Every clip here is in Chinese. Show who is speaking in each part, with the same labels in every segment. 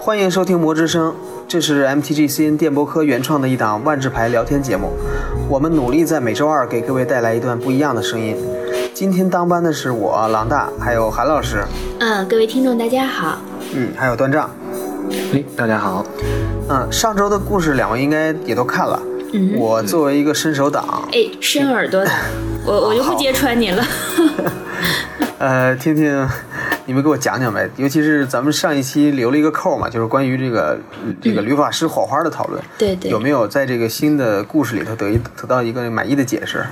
Speaker 1: 欢迎收听《魔之声》，这是 MTGCN 电波科原创的一档万智牌聊天节目。我们努力在每周二给各位带来一段不一样的声音。今天当班的是我郎大，还有韩老师，
Speaker 2: 嗯，各位听众大家好。
Speaker 1: 嗯，还有端丈。
Speaker 3: 哎，大家好，
Speaker 1: 嗯，上周的故事两位应该也都看了。
Speaker 2: 嗯
Speaker 1: 我作为一个伸手党，
Speaker 2: 哎，伸耳朵的，我我就不揭穿你了。
Speaker 1: 呃，听听你们给我讲讲呗，尤其是咱们上一期留了一个扣嘛，就是关于这个这个吕法师火花的讨论，
Speaker 2: 嗯对对
Speaker 1: 有没有在这个新的故事里头得一得到一个满意的解释？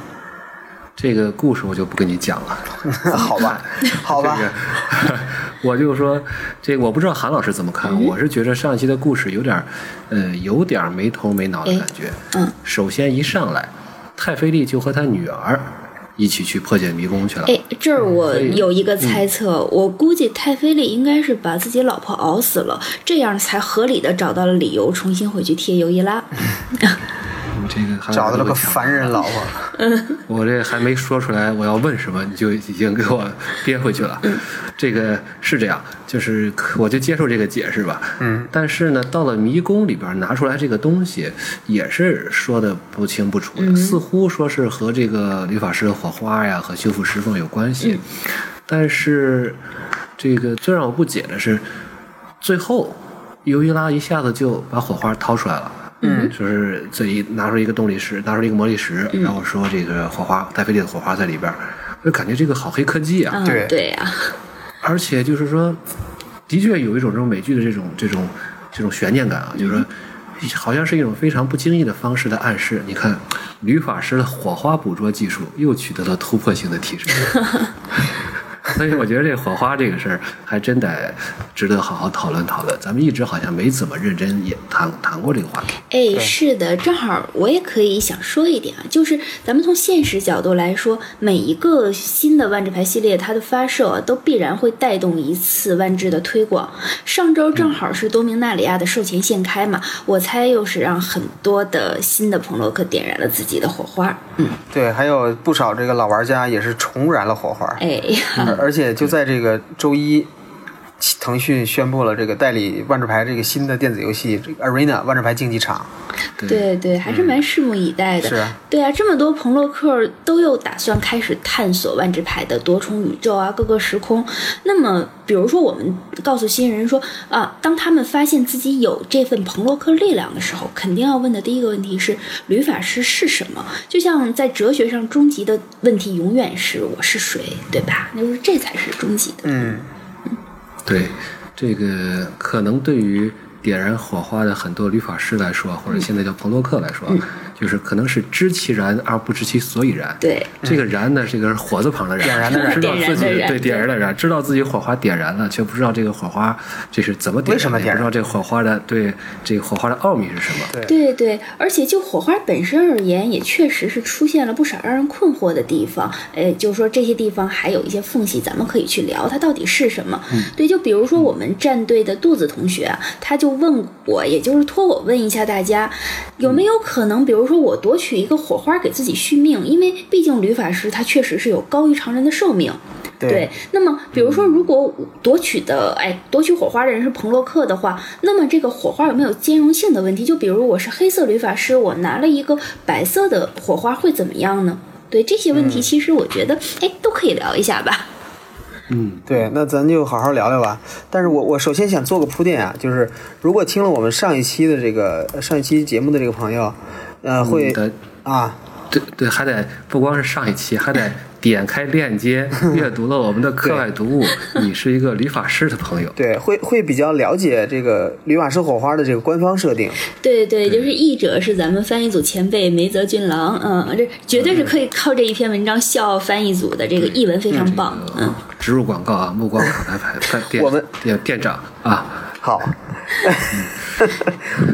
Speaker 3: 这个故事我就不跟你讲了，
Speaker 1: 好 吧，好吧
Speaker 3: 这，个我就说，这个我不知道韩老师怎么看，
Speaker 1: 嗯
Speaker 3: 我是觉得上一期的故事有点儿，呃，有点儿没头没
Speaker 1: 哎
Speaker 3: 脑的感觉。
Speaker 2: 嗯，
Speaker 3: 首先一上来，太妃丽就和她女儿一起去破解迷宫去了。
Speaker 2: 哎，这儿
Speaker 1: 嗯
Speaker 2: 我有一个猜测，我估计太妃丽应该是把自己老婆熬死了，这样才合理的找到了理由，重新回去贴尤伊拉。
Speaker 3: 你嗯这个韩老师
Speaker 1: 找到了个
Speaker 3: 又抢
Speaker 1: 凡人老婆，
Speaker 3: 我这还没说出来我要问什么，你就已 经给我憋回去了。这个是这样，就是我就接受这个解释吧。
Speaker 1: 嗯，
Speaker 3: 但是呢，到了迷宫里边拿出来这个东西，也是说的不清不楚的，似乎说是和这个理发师的火花呀和修复石缝有关系。但是这个最让我不解的是，最后尤伊拉一下子就把火花掏出来了。嗯，就是这一拿出一个动力石，拿出一个魔力石，然后说这个火花，戴飞利的火花在里边儿，就感觉这个好黑科技啊！
Speaker 2: 嗯，
Speaker 1: 对
Speaker 2: 对呀、
Speaker 3: 而且就是说，的确有一种这种美剧的这种这种这种悬念感啊，就是说，好像是一种非常不经意的方式的暗示。你看，女法师的火花捕捉技术又取得了突破性的提升。所以我觉得这火花这个事儿还真得值得好好讨论讨论。咱们一直好像没怎么认真也谈谈过这个话题。
Speaker 2: 哎，是的，正好我也可以想说一点啊，就是咱们从现实角度来说，每一个新的万智牌系列，它的发售啊，都必然会带动一次万智的推广。上周正好是多明纳里亚的售前现开嘛，我猜又是让很多的新的朋洛克点燃了自己的火花。嗯，
Speaker 1: 对，还有不少这个老玩家也是重燃了火花，
Speaker 2: 哎呀，
Speaker 1: 而而且就在这个周一。其腾讯宣布了这个代理万智牌这个新的电子游戏这个 Arena 万智牌竞技场，
Speaker 2: 对对，还是蛮拭目以待
Speaker 1: 嗯
Speaker 2: 的。
Speaker 1: 是啊
Speaker 2: 对啊，这么多朋洛克都又打算开始探索万智牌的多重宇宙啊，各个时空。那么，比如说我们告诉新人说啊，当他们发现自己有这份朋洛克力量的时候，肯定要问的第一个问题是：吕法师是什么？就像在哲学上，终极的问题永远是我是谁，对吧？那就是这才是终极的。
Speaker 1: 嗯，
Speaker 3: 对，这个可能对于点燃火花的很多旅法师来说，
Speaker 2: 嗯
Speaker 3: 或者现在叫彭洛克来说，就是可能是知其然而不知其所以然。
Speaker 2: 对，
Speaker 3: 这个“然”呢，这个是火字旁的“
Speaker 1: 点燃的燃
Speaker 3: 知道自
Speaker 2: 点燃
Speaker 3: 己
Speaker 2: 的燃
Speaker 3: 对点燃的燃，知道自己火花点燃了，却不知道这个火花这是怎么点
Speaker 1: 为
Speaker 3: 燃的，
Speaker 1: 什么点
Speaker 3: 也
Speaker 1: 燃
Speaker 3: 不知道这个火花的对这个火花的奥秘是什么？
Speaker 1: 对
Speaker 2: 对对，而且就火花本身而言，也确实是出现了不少让人困惑的地方。哎，就是说这些地方还有一些缝隙，咱们可以去聊它到底是什么。对，就比如说我们战队的肚子同学啊，他就问我，也就是托我问一下大家，有没有可能，比如说我夺取一个火花给自己续命？因为毕竟吕法师他确实是有高于常人的寿命。对，那么比如说，如果夺取的哎夺取火花的人是彭洛克的话，那么这个火花有没有兼容性的问题？就比如我是黑色旅法师，我拿了一个白色的火花会怎么样呢？对这些问题，其实我觉得哎、都可以聊一下吧。
Speaker 1: 对，那咱就好好聊聊吧。但是我我首先想做个铺垫啊，就是如果听了我们上一期的这个上一期节目的这个朋友，
Speaker 3: 嗯
Speaker 1: 呃，会、
Speaker 3: 得
Speaker 1: 啊，
Speaker 3: 对对，还得不光是上一期，还得点开链接 阅读了我们的课外读物。你是一个理发师的朋友，
Speaker 1: 对，会会比较了解这个吕瓦斯火花的这个官方设定。
Speaker 2: 对对，就是译者是咱们翻译组前辈梅泽俊郎，嗯，这绝对是可以靠这一篇文章笑傲翻译组的这个译文非常棒，嗯，
Speaker 3: 植入广告啊，目光卡牌 牌店
Speaker 1: 我们
Speaker 3: 店店长啊，
Speaker 1: 好，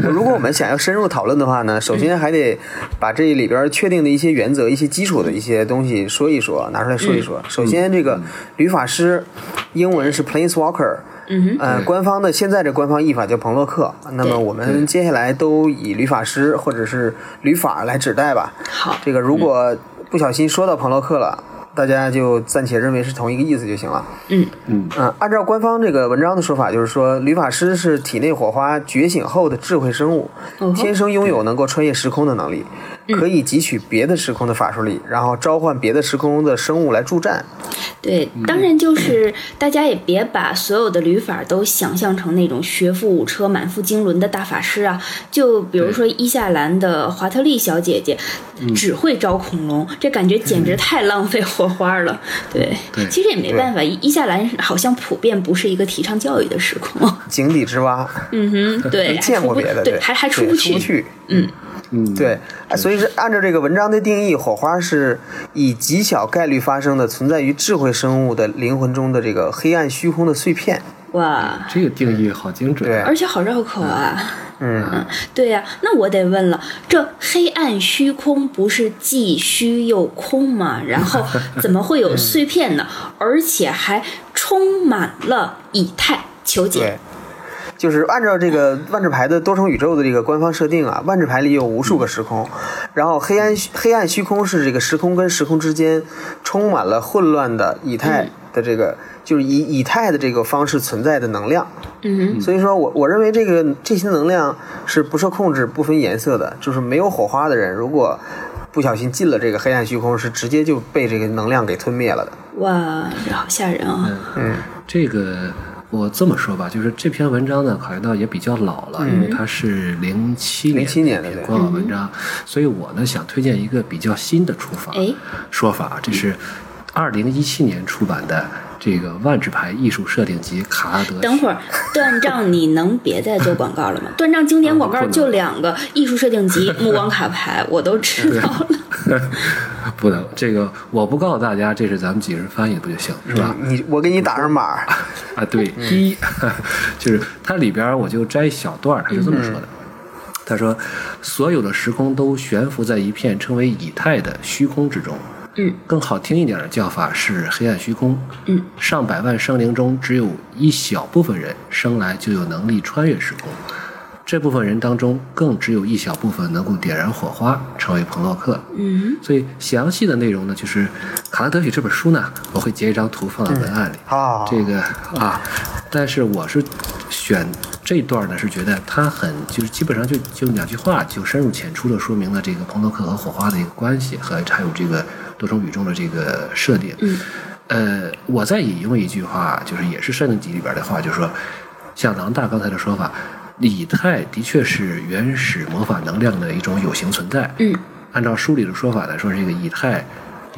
Speaker 1: 如果我们想要深入讨论的话呢，首先还得把这里边确定的一些原则、一些基础的一些东西说一说，拿出来说一说。首先，这个旅法师，英文是 planeswalker。嗯呃，官方的现在这官方译法叫彭洛克，那么我们接下来都以旅法师或者是旅法来指代吧。
Speaker 2: 好，
Speaker 1: 嗯这个如果不小心说到彭洛克了，大家就暂且认为是同一个意思就行了。
Speaker 2: 嗯
Speaker 1: 嗯按照官方这个文章的说法，就是说吕法师是体内火花觉醒后的智慧生物，
Speaker 2: 哦吼
Speaker 1: 天生拥有能够穿越时空的能力，
Speaker 2: 嗯
Speaker 1: 可以汲取别的时空的法术力，然后召唤别的时空的生物来助战。
Speaker 2: 对，
Speaker 1: 嗯
Speaker 2: 当然就是大家也别把所有的旅法都想象成那种学富五车、满腹经纶的大法师啊。就比如说伊夏兰的华特利小姐姐，
Speaker 1: 嗯
Speaker 2: 只会招恐龙，这感觉简直太浪费火花了。
Speaker 1: 嗯
Speaker 2: 对，
Speaker 3: 对
Speaker 2: 其实也没办法，伊夏兰好像普遍不是一个提倡教育的时 空。
Speaker 1: 井底之蛙，
Speaker 2: 嗯哼，对，
Speaker 1: 没见过
Speaker 2: 还出不
Speaker 1: 别的，
Speaker 2: 对，还还出
Speaker 1: 对
Speaker 2: 不
Speaker 1: 出不
Speaker 2: 去。
Speaker 1: 去。
Speaker 2: 嗯，
Speaker 3: 嗯，
Speaker 1: 对，哎所以是按照这个文章的定义，火花是以极小概率发生的，存在于智慧生物的灵魂中的这个黑暗虚空的碎片。
Speaker 2: 哇，
Speaker 3: 这个定义好精准。
Speaker 1: 对
Speaker 2: 而且好绕口啊。
Speaker 1: 嗯，
Speaker 2: 对呀、那我得问了，这黑暗虚空不是既虚又空吗？然 后怎么会
Speaker 1: 嗯
Speaker 2: 有碎片呢？而且还充满了以太。求解
Speaker 1: 对。就是按照这个万智牌的多重宇宙的这个官方设定啊，万智牌里有无数个时空，然后黑暗黑暗虚空是这个时空跟时空之间充满了混乱的以太的这个，就是以以太的这个方式存在的能量。
Speaker 2: 嗯
Speaker 1: 所以说我我认为这个这些能量是不受控制、不分颜色的，就是没有火花的人，如果不小心进了这个黑暗虚空，是直接就被这个能量给吞灭了的。
Speaker 2: 哼，哇，这好吓人啊！
Speaker 1: 嗯
Speaker 3: 这个我这么说吧，就是这篇文章呢，考虑到也比较老了，因为它是零七年
Speaker 1: 07年的对嗯
Speaker 3: 官网文章，所以我呢想推荐一个比较新的出法
Speaker 2: 哎
Speaker 3: 说法，这是二零一七年出版的这个万智牌艺术设定集《卡拉德》。
Speaker 2: 等会儿，断账你能别再做广告了吗？断账经
Speaker 1: 啊
Speaker 2: 典广告就两个：艺术设定 集、目光卡牌，我都知道了。
Speaker 3: 不能，这个我不告诉大家，这是咱们几个人翻译的不就行，是吧？
Speaker 1: 你我给你打上码儿，
Speaker 3: 啊，对，
Speaker 2: 嗯
Speaker 3: 第一 就是它里边儿我就摘小段儿，它是
Speaker 2: 嗯
Speaker 3: 这么说的。他说，所有的时空都悬浮在一片称为以太的虚空之中。
Speaker 2: 嗯，
Speaker 3: 更好听一点的叫法是黑暗虚空。
Speaker 2: 嗯，
Speaker 3: 上百万生灵中，只有一小部分人生来就有能力穿越时空。这部分人当中，更只有一小部分能够点燃火花，成为彭洛克。
Speaker 2: 嗯，
Speaker 3: 所以详细的内容呢，就是《卡拉德许》这本书呢，我会截一张图放到文
Speaker 2: 嗯
Speaker 3: 案里。
Speaker 1: 好好好
Speaker 3: 这个啊，但是我是选这段呢，是觉得它很就是基本上就就两句话就深入浅出的说明了这个彭德克和火花的一个关系和还有这个多重宇宙的这个设定。嗯，呃，我再引用一句话，就是也是设定集里边的话，就是说，像狼大刚才的说法。以太的确是原始魔法能量的一种有形存在，
Speaker 2: 嗯，
Speaker 3: 按照书里的说法来说，这个以太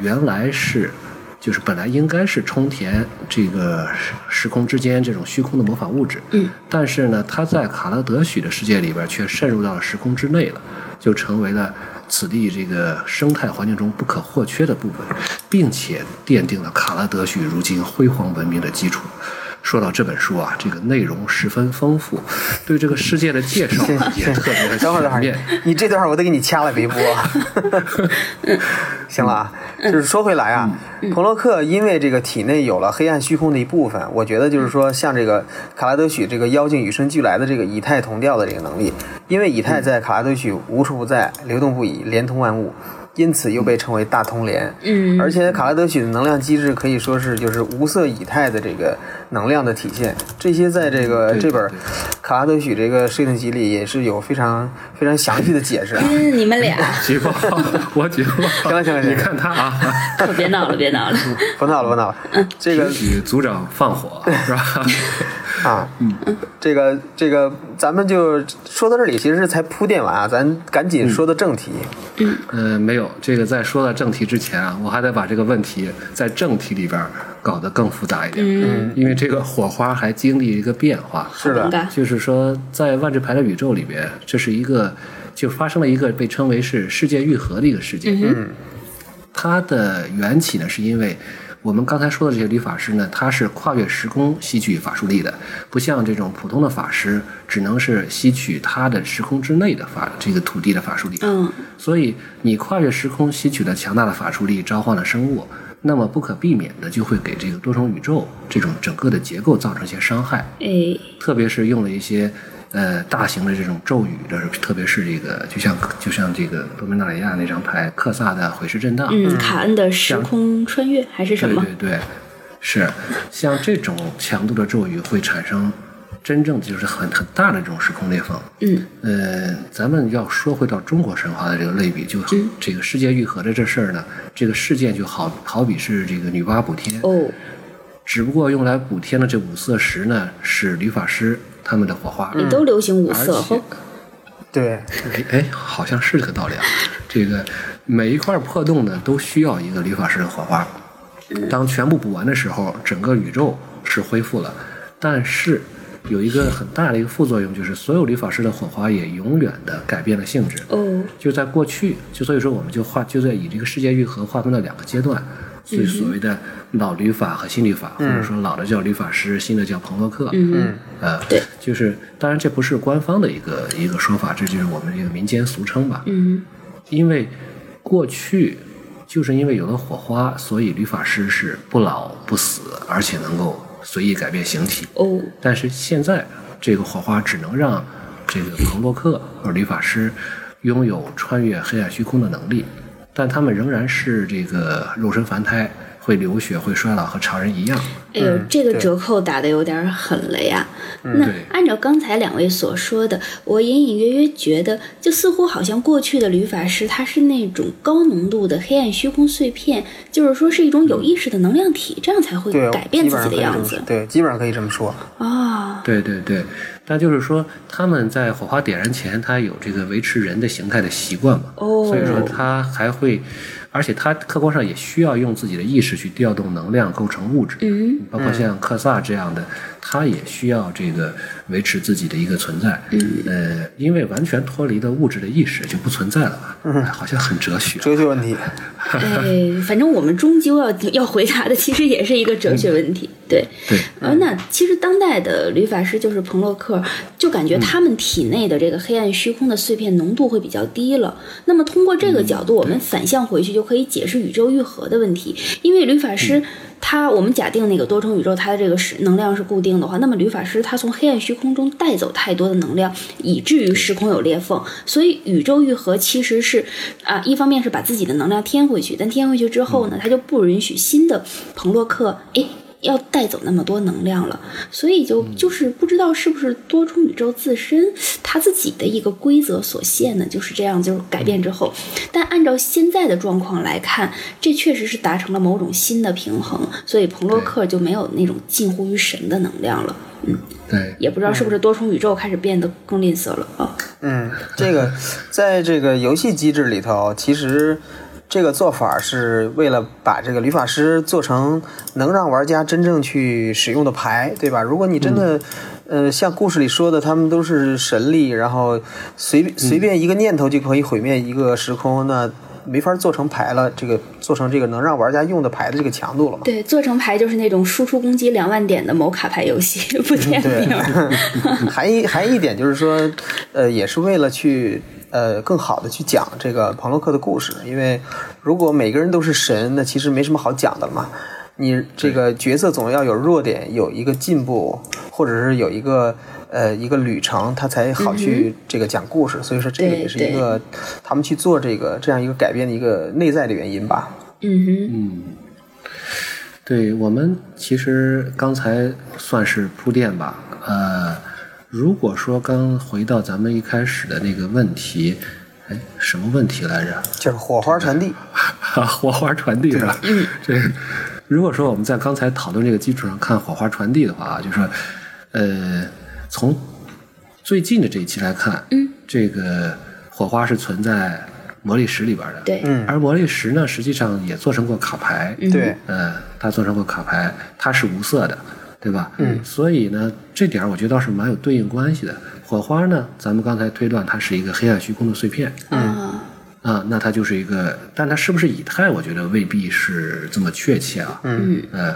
Speaker 3: 原来是，就是本来应该是充填这个时时空之间这种虚空的魔法物质，
Speaker 2: 嗯，
Speaker 3: 但是呢，它在卡拉德许的世界里边却渗入到了时空之内了，就成为了此地这个生态环境中不可或缺的部分，并且奠定了卡拉德许如今辉煌文明的基础。说到这本书啊，这个内容十分丰富，对这个世界的 介绍啊也特别的
Speaker 1: 等会儿等会
Speaker 3: 全
Speaker 1: 儿
Speaker 3: 面。，
Speaker 1: 你这段儿我得给你掐了，别播。行了啊，
Speaker 2: 嗯
Speaker 1: 就是说回来啊，彭洛克因为这个体内有了黑暗虚空的一部分，我觉得就是
Speaker 2: 嗯
Speaker 1: 说，像这个卡拉德许这个妖精与生俱来的这个以太同调的这个能力，因为以
Speaker 2: 嗯
Speaker 1: 太在卡拉德许无处不在，流动不已，连通万物。因此又被称为大通联，
Speaker 2: 嗯
Speaker 1: 而且卡拉德许的能量机制可以说是就是无色以太的这个能量的体现，这些在这
Speaker 2: 嗯
Speaker 1: 个
Speaker 3: 对
Speaker 1: 这本
Speaker 3: 对
Speaker 1: 卡拉德许这个设定集里也是有非常非常详细的解释啊。
Speaker 2: 嗯，你们俩
Speaker 3: 举报，我举报。
Speaker 1: 行了行了行了
Speaker 3: 你看他啊，
Speaker 2: 可别闹了，别闹了。
Speaker 1: 不闹了不闹了，
Speaker 2: 嗯
Speaker 1: 这个
Speaker 3: 举组长放火是吧？
Speaker 1: 啊，
Speaker 2: 嗯
Speaker 1: 这个这个咱们就说到这里，其实才铺垫完啊，咱赶紧说到正题。
Speaker 3: 嗯、没有。这个在说到正题之前啊，我还得把这个问题在正题里边搞得更复杂一点，
Speaker 2: 嗯
Speaker 3: 因为这个火花还经历一个变化。
Speaker 1: 是的
Speaker 2: 好 尴尬
Speaker 3: 就是说，在万智牌的宇宙里边，这是一个就发生了一个被称为是世界愈合的一个事件。嗯，它的缘起呢，是因为我们刚才说的这些理法师呢，他是跨越时空吸取法术力的，不像这种普通的法师，只能是吸取他的时空之内的法这个土地的法术力。
Speaker 2: 嗯，
Speaker 3: 所以你跨越时空吸取了强大的法术力，召唤了生物，那么不可避免的就会给这个多重宇宙这种整个的结构造成一些伤害。
Speaker 2: 哎，
Speaker 3: 特别是用了一些呃大型的这种咒语，就是特别是这个，就像就像这个多米纳里亚那张牌，克萨的回师震荡，
Speaker 2: 嗯，卡恩的时空穿越还是什
Speaker 3: 对
Speaker 2: 么？
Speaker 3: 对对，是像这种强度的咒语会产生真正就是很很大的这种时空裂缝。
Speaker 2: 嗯，
Speaker 3: 呃，咱们要说回到中国神话的这个类比，就
Speaker 2: 嗯
Speaker 3: 这个世界愈合的这事儿呢，这个事件就好好比是这个女娲补天，
Speaker 2: 哦，
Speaker 3: 只不过用来补天的这五色石呢是理发师他们的火花。
Speaker 2: 也都流行嗯五色
Speaker 3: 而且
Speaker 2: 哦，
Speaker 1: 对，
Speaker 3: 哎 哎，好像是这个道理啊。这个每一块破洞呢，都需要一个理发师的火花。当全部补完的时候，整个宇宙是恢复了，但是有一个很大的一个副作用，就是所有理发师的火花也永远的改变了性质。
Speaker 2: 哦，
Speaker 3: 就在过去，就所以说我们就划就在以这个世界愈合划分了两个阶段，所以所谓的老旅法和新旅法，或者说老的叫旅法师，新的叫彭洛克，嗯，呃，
Speaker 2: 对，
Speaker 3: 就是当然这不是官方的一个一个说法，这就是我们这个民间俗称吧，
Speaker 2: 嗯，
Speaker 3: 因为过去就是因为有了火花，所以旅法师是不老不死，而且能够随意改变形体，
Speaker 2: 哦，
Speaker 3: 但是现在这个火花只能让这个彭洛克或者理发师拥有穿越黑暗虚空的能力，但他们仍然是这个肉身凡胎，会流血、会衰老，和常人一样。
Speaker 2: 哎呦，这个
Speaker 1: 对
Speaker 2: 折扣打的有点狠了呀。那
Speaker 3: 对
Speaker 2: 按照刚才两位所说的，我隐隐约约觉得，就似乎好像过去的旅法师他是那种高浓度的黑暗虚空碎片，就是说是一种有意识的能量体，这样才会
Speaker 1: 对，
Speaker 2: 改变
Speaker 1: 基
Speaker 2: 自
Speaker 1: 本上可以
Speaker 2: 己的
Speaker 1: 这
Speaker 2: 样
Speaker 1: 么
Speaker 2: 子
Speaker 1: 说对，基本上可以这么说。
Speaker 2: 啊。
Speaker 3: 对对对，但就是说他们在火花点燃前，他有这个维持人的形态的习惯嘛，
Speaker 2: 哦
Speaker 3: 所以说他还会，而且他客观上也需要用自己的意识去调动能量构成物质，
Speaker 2: 嗯，
Speaker 3: 包括像克萨这样的，他也需要这个维持自己的一个存在。
Speaker 2: 嗯
Speaker 3: 呃，因为完全脱离了物质的意识就不存在了吧？哎好像很哲学。
Speaker 1: 哲学问题，
Speaker 2: 哎，反正我们终究要要回答的，其实也是一个哲学问题。对，
Speaker 3: 对，
Speaker 2: 呃，那其实当代的旅法师就是彭洛克，就感觉他们体内的这个黑暗虚空的碎片浓度会比较低了。那么通过这个角度，我们反向回去就可以解释宇宙愈合的问题，因为旅法师。他，我们假定那个多重宇宙，它的这个是能量是固定的话，那么旅法师他从黑暗虚空中带走太多的能量，以至于时空有裂缝。所以宇宙愈合其实是啊，一方面是把自己的能量添回去，但添回去之后呢，他就不允许新的彭洛克诶要带走那么多能量了，所以就就是不知道是不是多重宇宙自身它自己的一个规则所限呢？就是这样，就是改变之后，但按照现在的状况来看，这确实是达成了某种新的平衡，所以彭洛克就没有那种近乎于神的能量了。
Speaker 3: 对，
Speaker 2: 也不知道是不是多重宇宙开始变得更吝啬了啊？
Speaker 1: 嗯，这个在这个游戏机制里头，其实这个做法是为了把这个旅法师做成能让玩家真正去使用的牌，对吧？如果你真的，呃，像故事里说的，他们都是神力，然后随随便一个念头就可以毁灭一个时空，那没法做成牌了，这个做成这个能让玩家用的牌的这个强度了嘛？
Speaker 2: 对，做成牌就是那种输出攻击两万点的某卡牌游戏， 不点
Speaker 1: 嗯对
Speaker 2: 名儿。
Speaker 1: 还一还一点就是说，呃，也是为了去呃更好的去讲这个庞洛克的故事，因为如果每个人都是神，那其实没什么好讲的了嘛。你这个角色总要有弱点，有一个进步，或者是有一个呃一个旅程，他才好去这个讲故事。所以说，这个
Speaker 2: 嗯对
Speaker 1: 也是一个他们去做这个这样一个改编的一个内在的原因吧。
Speaker 2: 嗯哼，
Speaker 3: 对我们其实刚才算是铺垫吧。呃，如果说刚回到咱们一开始的那个问题，哎，什么问题来着？
Speaker 1: 就是火花传递，
Speaker 3: 火花传递是吧？嗯，这如果说我们在刚才讨论这个基础上看火花传递的话啊，就是说，呃，从最近的这一期来看，嗯，这个火花是存在魔力石里边的，，
Speaker 2: 对，
Speaker 1: 嗯
Speaker 3: 而魔力石呢，实际上也做成过卡牌，嗯，
Speaker 1: 对，
Speaker 3: 呃，它做成过卡牌，它是无色的，对吧？嗯，所以呢，这点儿我觉得倒是蛮有对应关系的。火花呢，咱们刚才推断它是一个黑暗虚空的碎片，
Speaker 1: 嗯
Speaker 2: 啊。
Speaker 3: 啊，那它就是一个，但它是不是以太，我觉得未必是这么确切啊。
Speaker 2: 嗯，
Speaker 3: 呃，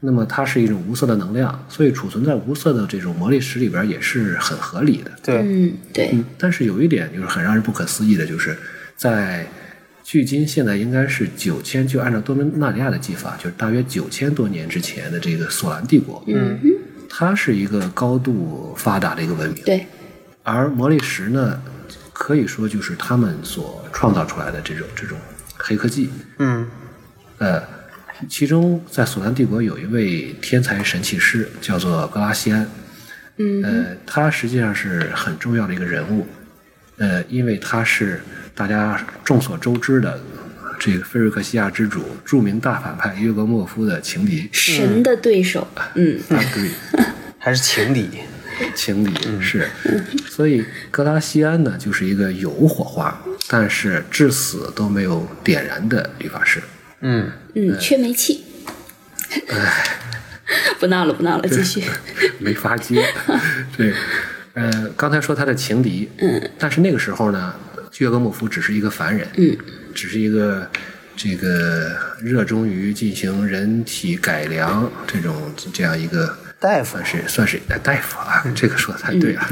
Speaker 3: 那么它是一种无色的能量，所以储存在无色的这种魔力石里边儿也是很合理的。
Speaker 1: 对，
Speaker 2: 嗯，对，
Speaker 3: 嗯，但是有一点就是很让人不可思议的，就是在距今现在应该是九千，就按照多米纳里亚的记法，就是大约九千多年之前的这个索兰帝国，
Speaker 2: 嗯哼，
Speaker 3: 它是一个高度发达的一个文明。
Speaker 2: 对，
Speaker 3: 而魔力石呢，可以说就是他们所创造出来的这种这种黑科技。
Speaker 1: 嗯
Speaker 3: 呃，其中在索兰帝国有一位天才神器师，叫做格拉西安。
Speaker 2: 嗯
Speaker 3: 呃，他实际上是很重要的一个人物。呃，因为他是大家众所周知的这个菲瑞克西亚之主、著名大反派约格莫夫的情敌。
Speaker 2: 神的对手，嗯，
Speaker 3: 啊，对。
Speaker 1: 还是情敌。
Speaker 3: 情理是，所以格拉西安呢，就是一个有火花，但是至死都没有点燃的理发师。
Speaker 1: 嗯，
Speaker 2: 嗯，缺煤气。 不闹了，不闹了，继续。
Speaker 3: 没法接。 对，呃，刚才说他的情敌，嗯，但是那个时候呢，约格莫夫只是一个凡人，嗯，只是一个这个热衷于进行人体改良这种这样一个
Speaker 1: 大夫
Speaker 3: 算是算是呃大夫啊，这个说的太对了，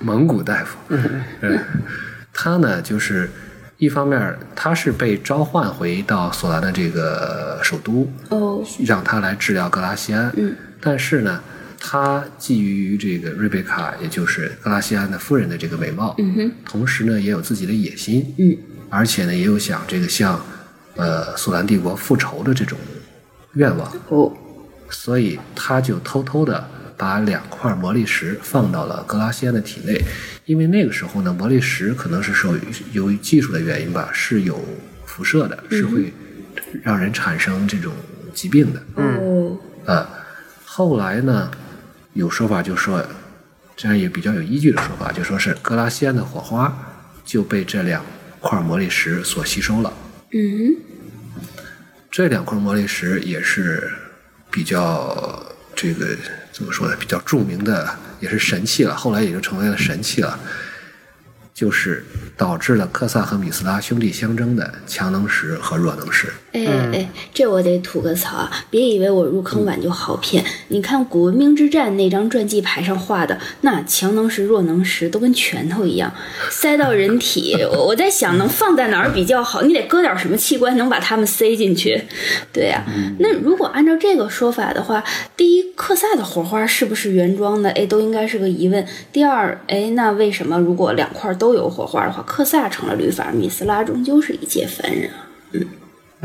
Speaker 3: 蒙古大夫，嗯，他呢就是。一方面，他是被召唤回到索兰的这个首都，
Speaker 2: 哦，
Speaker 3: 让他来治疗格拉西安。嗯，但是呢，他觊觎于这个瑞贝卡，也就是格拉西安的夫人的这个美貌。嗯哼，同时呢，也有自己的野心。
Speaker 2: 嗯，
Speaker 3: 而且呢，也有想这个向呃苏兰帝国复仇的这种愿望，
Speaker 2: 哦，
Speaker 3: 所以他就偷偷的。把两块魔力石放到了格拉西安的体内，因为那个时候呢，魔力石可能是受于由于技术的原因吧，是有辐射的，是会让人产生这种疾病的。
Speaker 2: 哦，
Speaker 3: 呃，后来呢，有说法就说，这样也比较有依据的说法，就说是格拉西安的火花就被这两块魔力石所吸收了。
Speaker 2: 嗯
Speaker 3: 这两块魔力石也是比较这个怎么说呢，比较著名的，也是神器了，后来也就成为了神器了。就是导致了科萨和米斯拉兄弟相争的强能石和弱能石。
Speaker 2: 哎哎，这我得吐个槽啊！别以为我入坑晚就好骗，你看《古文明之战》那张传记牌上画的，那强能石、弱能石都跟拳头一样，塞到人体。我我在想，能放在哪儿比较好？你得搁点什么器官能把它们塞进去？对呀、那如果按照这个说法的话，第一，克萨的火花是不是原装的？哎，都应该是个疑问。第二，哎，那为什么如果两块都有火花的话，克萨成了律法，米斯拉终究是一介凡人啊？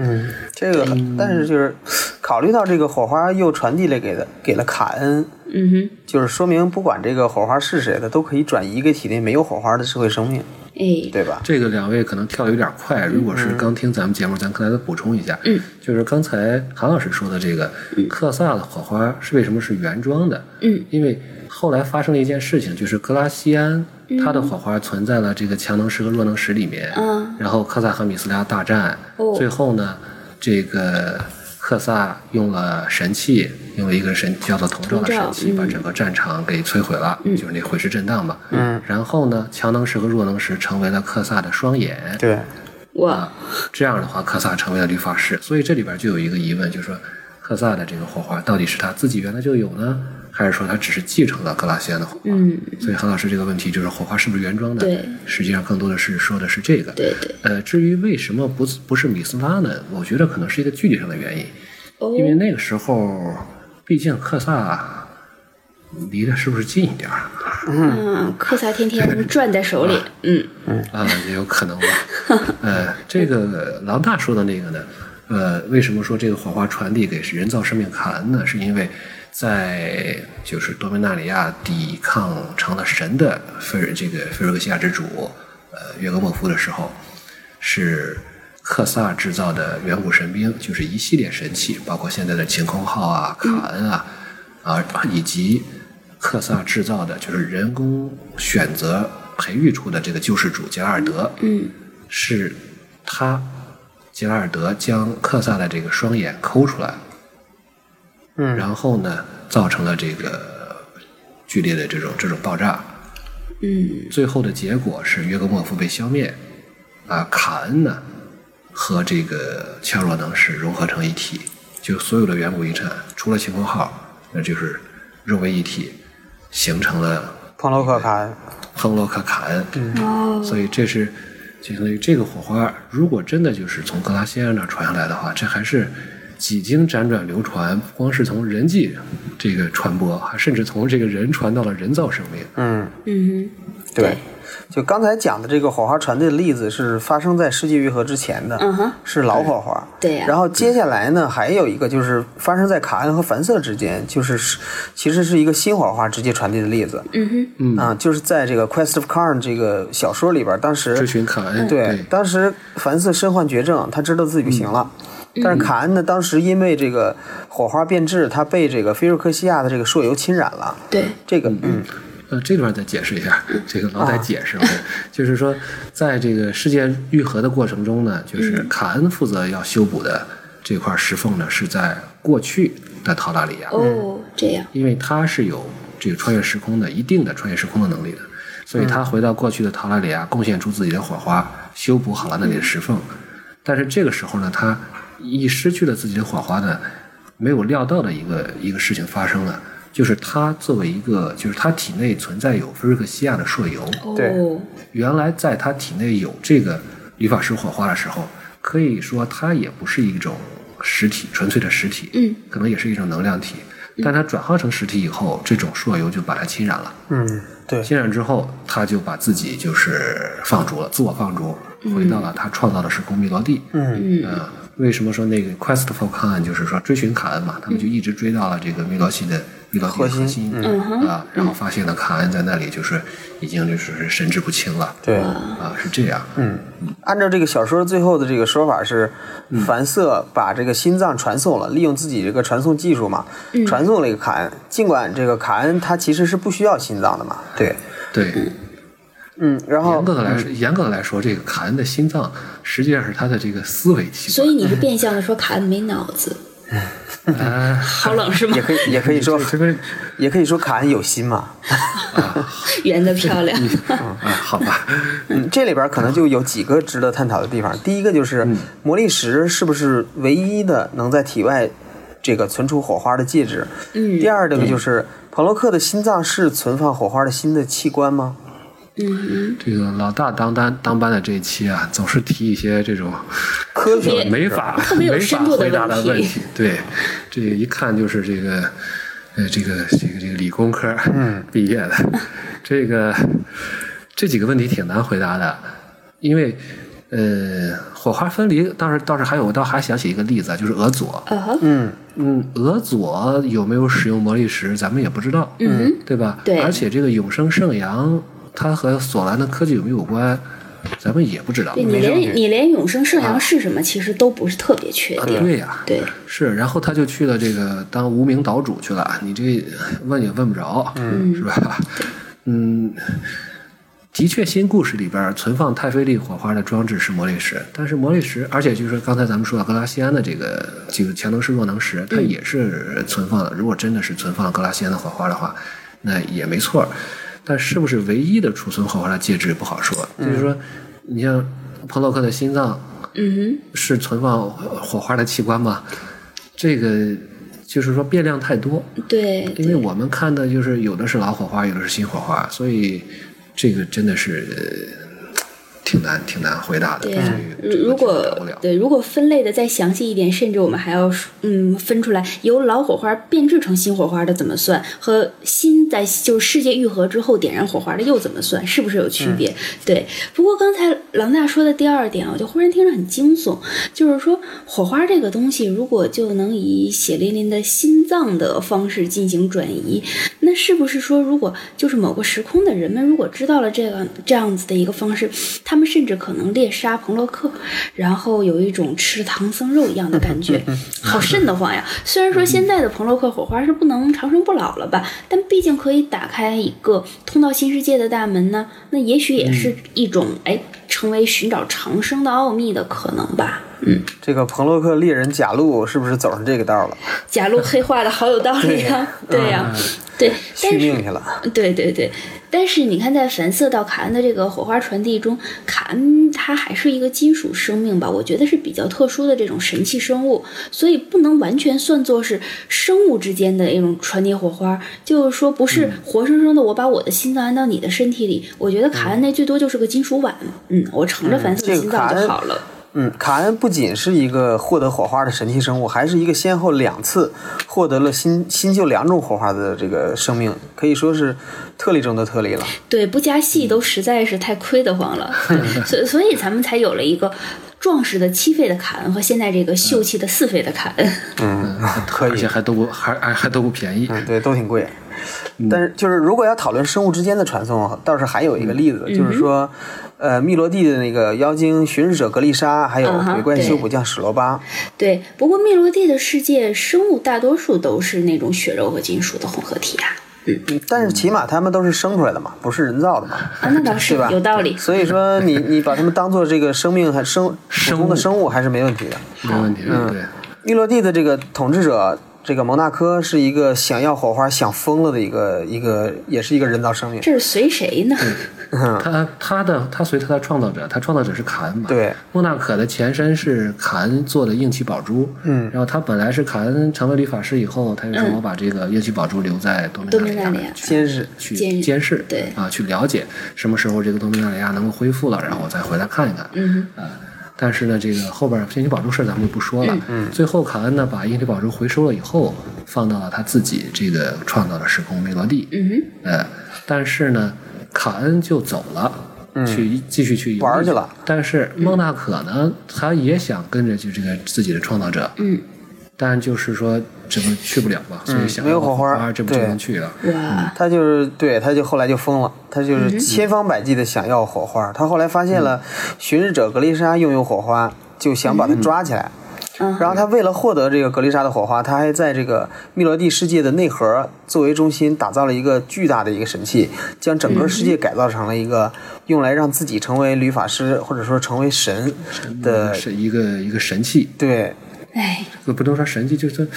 Speaker 1: 嗯，这个，但是就是考虑到这个火花又传递了给了给了卡恩，
Speaker 2: 嗯哼。
Speaker 1: 就是说明不管这个火花是谁的，都可以转移给体内没有火花的社会生命，
Speaker 2: 哎，
Speaker 1: 对吧？
Speaker 3: 这个两位可能跳的有点快，
Speaker 2: 嗯
Speaker 3: 如果是刚听咱们节目，咱可能再补充一下。嗯，就是刚才韩老师说的这个克萨的火花是为什么是原装的？
Speaker 2: 嗯，
Speaker 3: 因为后来发生了一件事情，就是格拉西安他的火花存在了这个强能石和弱能石里面。
Speaker 2: 嗯，
Speaker 3: 然后克萨和米斯拉大战，
Speaker 2: 哦
Speaker 3: 最后呢，这个克萨用了神器，用了一个神叫做铜罩的
Speaker 2: 铜罩
Speaker 3: 神器，把整个战场给摧毁了，
Speaker 2: 嗯
Speaker 3: 就是那毁尸震荡嘛。嗯，然后呢，强能石和弱能石成为了克萨的双眼。
Speaker 1: 对，
Speaker 2: 哇，
Speaker 3: 这样的话，克萨成为了律法师。所以这里边就有一个疑问，就是说，克萨的这个火花到底是他自己原来就有呢，还是说他只是继承了格拉西安的火花？
Speaker 2: 嗯，
Speaker 3: 所以韩老师这个问题就是火花是不是原装的？
Speaker 2: 对
Speaker 3: 实际上更多的是说的是这个。
Speaker 2: 对对，
Speaker 3: 呃，至于为什么不是不是米斯拉呢？我觉得可能是一个距离上的原因，
Speaker 2: 哦，
Speaker 3: 因为那个时候，毕竟克萨离得是不是近一点儿啊
Speaker 2: 嗯，克萨天天转在手里，嗯，
Speaker 3: 啊？也有可能吧。呃，这个狼大说的那个呢，呃，为什么说这个火花传递给人造生命卡恩呢？是因为在就是多米纳里亚抵抗成了神的菲尔这个菲尔克西亚之主，呃，约格莫夫的时候，是克萨制造的远古神兵，就是一系列神器，包括现在的晴空号啊、卡恩啊，啊，以及克萨制造的，就是人工选择培育出的这个救世主杰拉尔德，嗯，是他杰拉尔德将克萨的这个双眼抠出来，
Speaker 1: 嗯
Speaker 3: 然后呢，造成了这个剧烈的这种这种爆炸，
Speaker 2: 嗯，
Speaker 3: 最后的结果是约格莫夫被消灭，啊，卡恩呢和这个强弱能是融合成一体，就所有的远古遗产除了晴空号，那就是融为一体，形成了
Speaker 1: 彭洛克卡恩，
Speaker 3: 亨洛克卡恩。
Speaker 2: 哦，
Speaker 3: 所以这是就相当于这个火花，如果真的就是从格拉西安那儿传下来的话，这还是几经辗转流传，不光是从人际这个传播，还甚至从这个人传到了人造生命。
Speaker 1: 嗯，
Speaker 2: 嗯哼，
Speaker 1: 对。就刚才讲的这个火花传递的例子是发生在世界愈合之前的，
Speaker 2: 嗯哼
Speaker 1: 是老火花。
Speaker 2: 对呀
Speaker 1: 然后接下来呢，还有一个就是发生在卡恩和凡瑟之间，就是是其实是一个新火花直接传递的例子。
Speaker 2: 嗯哼，
Speaker 1: 嗯啊，就是在这个《Quest of Karn》这个小说里边，当时
Speaker 3: 追寻卡恩，
Speaker 1: 对，当时凡瑟身患绝症，他知道自己不行了。但是卡恩呢，当时因为这个火花变质，他被这个菲瑞克西亚的这个朔游侵染了。
Speaker 2: 对，
Speaker 1: 这个，嗯，
Speaker 3: 呃，这段再解释一下，这个老得解释，我就是说，在这个世界愈合的过程中呢，就是卡恩负责要修补的这块石缝呢，是在过去的陶拉里亚，
Speaker 2: 哦，这样，
Speaker 3: 因为他是有这个穿越时空的一定的穿越时空的能力的，所以他回到过去的陶拉里亚，贡献出自己的火花，修补好了那里的石缝。但是这个时候呢，他一失去了自己的火花呢，没有料到的一个一个事情发生了，就是他作为一个，就是他体内存在有菲瑞克西亚的朔游，
Speaker 1: 对
Speaker 2: 哦，
Speaker 3: 原来在他体内有这个理发师火花的时候，可以说它也不是一种实体，纯粹的实体，
Speaker 2: 嗯，
Speaker 3: 可能也是一种能量体。但它转化成实体以后，这种朔游就把它侵染了。
Speaker 1: 嗯，对，
Speaker 3: 侵染之后，他就把自己就是放逐了，自我放逐，回到了他创造的时空密罗地。
Speaker 1: 嗯，
Speaker 2: 嗯，
Speaker 3: 呃，为什么说那个 quest for Khan 就是说追寻卡恩嘛？他们就一直追到了这个密罗西的密罗西的
Speaker 1: 核
Speaker 3: 核
Speaker 1: 心
Speaker 3: 心
Speaker 2: 嗯哼
Speaker 3: 啊，然后发现了卡恩在那里就是已经就是神志不清了。
Speaker 1: 对。
Speaker 3: 啊，是这样。嗯，
Speaker 1: 按照这个小说最后的这个说法是，凡瑟把这个心脏传送了，利用自己这个传送技术嘛，传送了一个卡恩。尽管这个卡恩他其实是不需要心脏的嘛，对，
Speaker 3: 对。
Speaker 1: 嗯，然后
Speaker 3: 严格的来说，严格的来说，这个卡恩的心脏实际上是他的这个思维器
Speaker 2: 所
Speaker 3: 官。
Speaker 2: 以你是变相的说卡恩没脑子，好冷是吗
Speaker 1: 也？可以也可以说
Speaker 3: 哎这个
Speaker 1: 也可以说卡恩有心嘛，
Speaker 2: 圆的漂亮，
Speaker 3: 啊，好吧，
Speaker 1: 嗯，这里边可能就有几个值得探讨的地方。第一个就是魔力石是不是唯一的能在体外这个存储火花的介质？嗯。第二这个就是彭洛克的心脏是存放火花的心的器官吗？
Speaker 2: 嗯
Speaker 3: 这个老大当当当班的这一期啊，总是提一些这种
Speaker 1: 科
Speaker 2: 特
Speaker 1: 学
Speaker 2: 别
Speaker 3: 没法
Speaker 2: 特别有
Speaker 3: 没
Speaker 2: 深
Speaker 3: 法
Speaker 2: 度的
Speaker 3: 回答的
Speaker 2: 问
Speaker 3: 问
Speaker 2: 题
Speaker 3: 题。对，这一看就是这个，呃，这个这个这个理工科
Speaker 2: 嗯
Speaker 3: 毕业 的，这个这几个问题挺难回答的，因为呃，火花分离当时倒是还有，我倒还想起一个例子啊，就是俄佐，
Speaker 2: 哼，啊哈，
Speaker 1: 嗯
Speaker 3: 嗯，俄佐有没有使用魔力石，咱们也不知道，
Speaker 2: 嗯
Speaker 3: 对吧？
Speaker 2: 对
Speaker 3: 而且这个永生圣阳，它和索兰的科技有没有关，咱们也不知道。
Speaker 2: 对你
Speaker 1: 证据
Speaker 2: 连你连永生圣阳是什么，其实都不是特别确
Speaker 3: 啊
Speaker 2: 定，
Speaker 3: 对呀、
Speaker 2: 对，
Speaker 3: 是，然后他就去了这个当无名岛主去了，啊你这问也问不着，嗯，是吧？嗯，的确，新故事里边存放太妃力火花的装置是魔力石，但是魔力石，而且就是刚才咱们说的格拉西安的这个这个强能石弱能石，它也是存放了。如果真的是存放了格拉西安的火花的话，那也没错儿。但是不是唯一的储存火花的介质不好说，就是说，你像彭洛克的心脏。
Speaker 2: 嗯
Speaker 3: 是存放火花的器官吗？这个就是说变量太多，
Speaker 2: 哼，对，
Speaker 3: 因为我们看的就是有的是老火花，有的是新火花，所以这个真的是呃挺难挺难回答的。
Speaker 2: 对呀、
Speaker 3: 所以这
Speaker 2: 如如
Speaker 3: 个问题
Speaker 2: 果
Speaker 3: 聊不了
Speaker 2: 对如果分类的再详细一点，甚至我们还要嗯分出来由老火花变质成新火花的怎么算，和新在就是世界愈合之后点燃火花的又怎么算，是不是有区
Speaker 3: 嗯
Speaker 2: 别？对。不过刚才郎大说的第二点啊，我就忽然听着很惊悚，就是说火花这个东西，如果就能以血淋淋的心脏的方式进行转移，那是不是说，如果就是某个时空的人们如果知道了这个这样子的一个方式，他们甚至可能猎杀彭洛克，然后有一种吃唐僧肉一样的感 觉，好瘆得慌呀！虽然说现在的彭洛克火花是不能长生不老了吧，但毕竟可以打开一个通到新世界的大门呢，那也许也
Speaker 1: 嗯
Speaker 2: 是一种哎，成为寻找长生的奥秘的可能吧。嗯，
Speaker 1: 这个彭洛克猎人贾路是不是走上这个道了？
Speaker 2: 假如黑化的好有道理呀、对呀、对，
Speaker 1: 嗯
Speaker 2: 但
Speaker 1: 续
Speaker 2: 是。
Speaker 1: 命去了。
Speaker 2: 对对对，但是你看，在凡瑟到卡恩的这个火花传递中，卡恩他还是一个金属生命吧，我觉得是比较特殊的这种神器生物，所以不能完全算作是生物之间的一种传递火花，就是说不是活生生的我把我的心脏安到你的身体里，我觉得卡恩那最多就是个金属碗，嗯，我盛着凡瑟
Speaker 1: 这
Speaker 2: 的
Speaker 1: 个
Speaker 2: 心脏
Speaker 1: 卡恩
Speaker 2: 就好了，
Speaker 1: 嗯，卡恩不仅是一个获得火花的神奇生物，还是一个先后两次获得了新新旧两种火花的这个生命，可以说是特例中的特例了。
Speaker 2: 对，不加戏都实在是太亏得慌了，对所以所以咱们才有了一个壮实的七费的卡恩和现在这个秀气的四费的卡恩。
Speaker 1: 嗯，可
Speaker 3: 而
Speaker 1: 以
Speaker 3: 且。还都不还还还都不便宜。
Speaker 1: 嗯，对，都挺贵。
Speaker 2: 嗯
Speaker 1: 但是就是如果要讨论生物之间的传送，倒是还有一个例子，
Speaker 2: 嗯
Speaker 1: 就是说，呃，密罗蒂的那个妖精巡视者格丽莎，还有
Speaker 2: 嗯哼
Speaker 1: 鬼怪
Speaker 2: 对
Speaker 1: 修补匠史罗巴，
Speaker 2: 对，不过密罗蒂的世界生物大多数都是那种血肉和金属的混合体啊，
Speaker 1: 嗯但是起码他们都是生出来的嘛，不是人造的嘛。
Speaker 2: 啊，那倒是
Speaker 1: 对吧
Speaker 2: 有道理。
Speaker 1: 所以说你，你把它们当做这个生命还生普通的生物还是没问题的。
Speaker 3: 没问题，对，
Speaker 1: 密洛蒂的这个统治者，这个蒙纳科是一个想要火花想疯了的一个一个，也是一个人造生命。
Speaker 2: 这是随谁呢？
Speaker 3: 他他的他随他的创造者，他创造者是卡恩嘛？
Speaker 1: 对，
Speaker 3: 莫纳可的前身是卡恩做的硬气宝珠，嗯，然后他本来是卡恩成为理发师以后，他就说我把这个硬气宝珠留在多
Speaker 2: 多
Speaker 3: 米
Speaker 2: 米
Speaker 3: 纳
Speaker 2: 纳
Speaker 3: 里
Speaker 2: 里
Speaker 3: 亚
Speaker 2: 亚
Speaker 1: 监视，
Speaker 3: 去
Speaker 2: 监
Speaker 3: 监视，
Speaker 2: 对
Speaker 3: 啊，去了解什么时候这个多米纳里亚能够恢复了，然后我再回来看一看，嗯啊。但是呢，这个后边硬气宝珠事儿咱们就不说了。嗯，最后卡恩呢把硬气宝珠回收了以后，放到了他自己这个创造的时空梅罗蒂。
Speaker 2: 嗯哼，
Speaker 3: 呃，但是呢，卡恩就走了，去继续去游历
Speaker 1: 嗯玩儿去了。
Speaker 3: 但是孟纳可呢，他也想跟着去这个自己的创造者，
Speaker 2: 嗯，
Speaker 3: 但就是说这不去不了嘛，所以
Speaker 1: 嗯
Speaker 3: 想
Speaker 1: 没有
Speaker 3: 要
Speaker 1: 火花
Speaker 3: 花，这不就
Speaker 1: 对
Speaker 3: 能去了？
Speaker 2: 嗯哇，
Speaker 1: 他就是对，他就后来就疯了，他
Speaker 2: 嗯
Speaker 1: 就是千方百计的想要火花。他后来发现了巡视者格丽莎拥有火花，就想把他抓起来。
Speaker 2: 嗯
Speaker 1: 然后他为了获得这个格丽莎的火花，他还在这个密罗蒂世界的内核作为中心打造了一个巨大的一个神器，将整个世界改造成了一个用来让自己成为律法师或者说成为神
Speaker 3: 嗯
Speaker 1: 的
Speaker 3: 是一个一个神器，
Speaker 1: 对，
Speaker 2: 哎，
Speaker 3: 不不能说神器，就是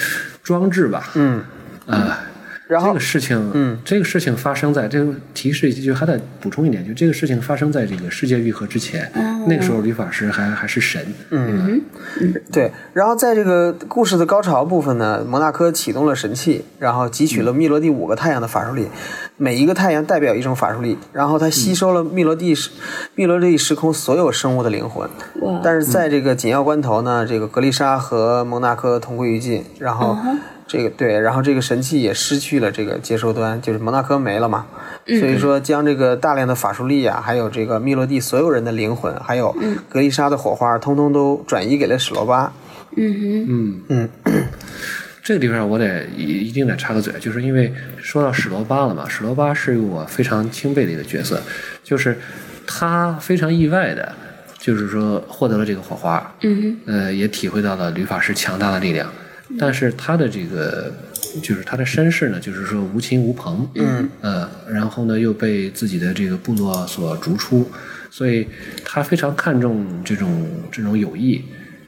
Speaker 3: 装置吧，
Speaker 1: 嗯，
Speaker 3: 啊。
Speaker 1: 然
Speaker 3: 这
Speaker 1: 后
Speaker 3: 个事情，
Speaker 1: 嗯，
Speaker 3: 这个事情发生在这个提示一句，就还得补充一点，就这个事情发生在这个世界愈合之前，那个时候理发师还还是神，
Speaker 1: 对，然后在这个故事的高潮部分呢，蒙纳科启动了神器，然后汲取了密罗蒂五个太阳的法术力，每一个太阳代表一种法术力，然后他吸收了密罗蒂时、密罗蒂时空所有生物的灵魂。
Speaker 2: 哇，
Speaker 1: 但是在这个紧要关头呢，这个格丽莎和蒙纳科同归于尽，然后这个对，然后这个神器也失去了这个接收端，就是蒙纳科没了嘛。所以说，将这个大量的法术力啊，还有这个密罗蒂所有人的灵魂，还有格丽莎的火花，通通都转移给了史罗巴。
Speaker 2: 嗯哼，
Speaker 3: 这个地方我得一一定得插个嘴，就是因为说到史罗巴了嘛，史罗巴是我非常钦佩的一个角色，就是他非常意外的，就是说获得了这个火花，
Speaker 2: 嗯
Speaker 3: 呃，也体会到了吕法师强大的力量，但是他的这个就是他的身世呢，就是说无亲无朋，嗯，呃，然后呢又被自己的这个部落所逐出，所以他非常看重这种这种友谊，